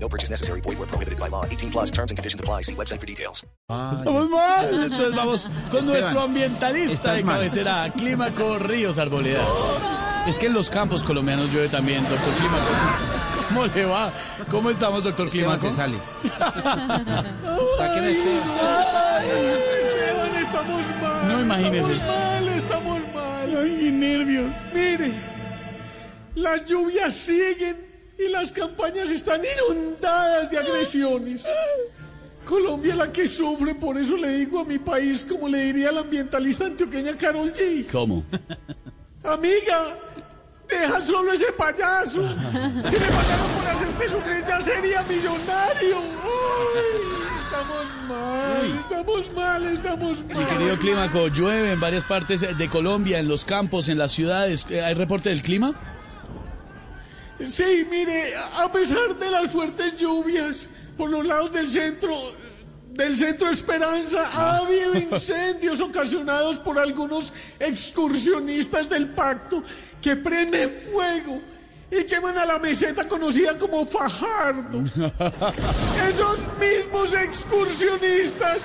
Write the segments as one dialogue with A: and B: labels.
A: No purchase necessary. Void where prohibited by law. 18 plus terms and conditions apply. See website for details.
B: Estamos mal. Entonces vamos con
C: Esteban,
B: nuestro ambientalista
C: estás
B: de
C: mal.
B: cabecera, Clímaco Ríos Arboleda. Es que en los campos colombianos llueve también, doctor Clímaco. ¿Cómo le va? ¿Cómo estamos, doctor
C: Esteban
B: Clímaco?
C: se sale. Saquen a Esteban.
D: Esteban, estamos mal.
B: No, imagínese.
D: Estamos mal, estamos mal.
B: Ay, qué nervios.
D: Mire, las lluvias siguen y las campañas están inundadas de agresiones. Colombia es la que sufre, por eso le digo a mi país, como le diría la ambientalista antioqueña Carol G.
B: ¿Cómo?
D: Amiga, deja solo ese payaso. Si le pagaron por hacerte sufrir, ya sería millonario. Ay, estamos mal,
B: Uy.
D: estamos mal, estamos mal.
B: Mi querido Clímaco, llueve en varias partes de Colombia, en los campos, en las ciudades. ¿Hay reporte del clima?
D: Sí, mire, a pesar de las fuertes lluvias por los lados del centro, del centro Esperanza, ha habido incendios ocasionados por algunos excursionistas del pacto que prenden fuego y queman a la meseta conocida como Fajardo. Esos mismos excursionistas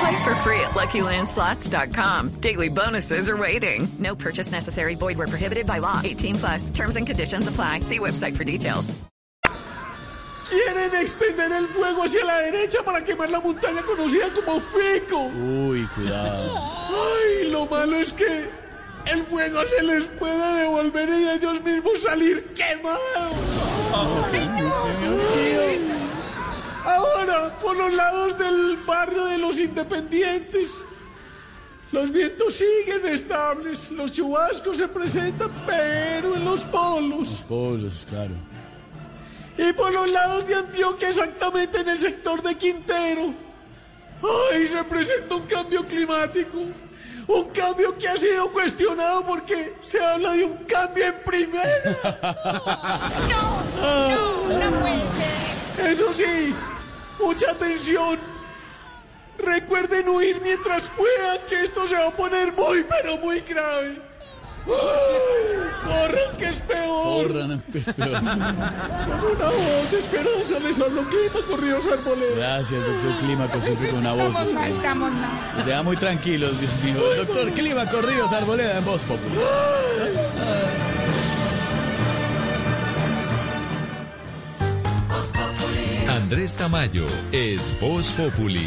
E: Play for free at LuckyLandSlots.com. Daily bonuses are waiting. No purchase necessary. Void were prohibited by law. 18 plus. Terms and conditions apply. See website for details.
D: quieren extender el fuego hacia la derecha para quemar la montaña conocida como Fico.
B: Uy, cuidado.
D: Ay, lo malo es que el fuego se les puede devolver y ellos mismos salir quemados. Ahora, por los lados del barrio de los independientes, los vientos siguen estables, los chubascos se presentan, pero en los polos.
B: Pobres, claro.
D: Y por los lados de Antioquia, exactamente en el sector de Quintero. ¡Ay! Se presenta un cambio climático. Un cambio que ha sido cuestionado porque se habla de un cambio en primera. Eso sí, mucha atención. Recuerden huir mientras puedan, que esto se va a poner muy, pero muy grave. ¡Ay! ¡Corran, que es peor!
B: Corran, pues, es peor.
D: Con una voz de esperanza les habló Clima Corridos Arboleda.
B: Gracias, doctor Clímaco, siempre con una voz.
F: Estamos mal,
B: despedida.
F: estamos mal.
B: Nos deja muy tranquilos, Dios mío. Doctor Clímaco, Ríos Arboleda, en Voz Popular.
G: Andrés Tamayo es Voz Populi.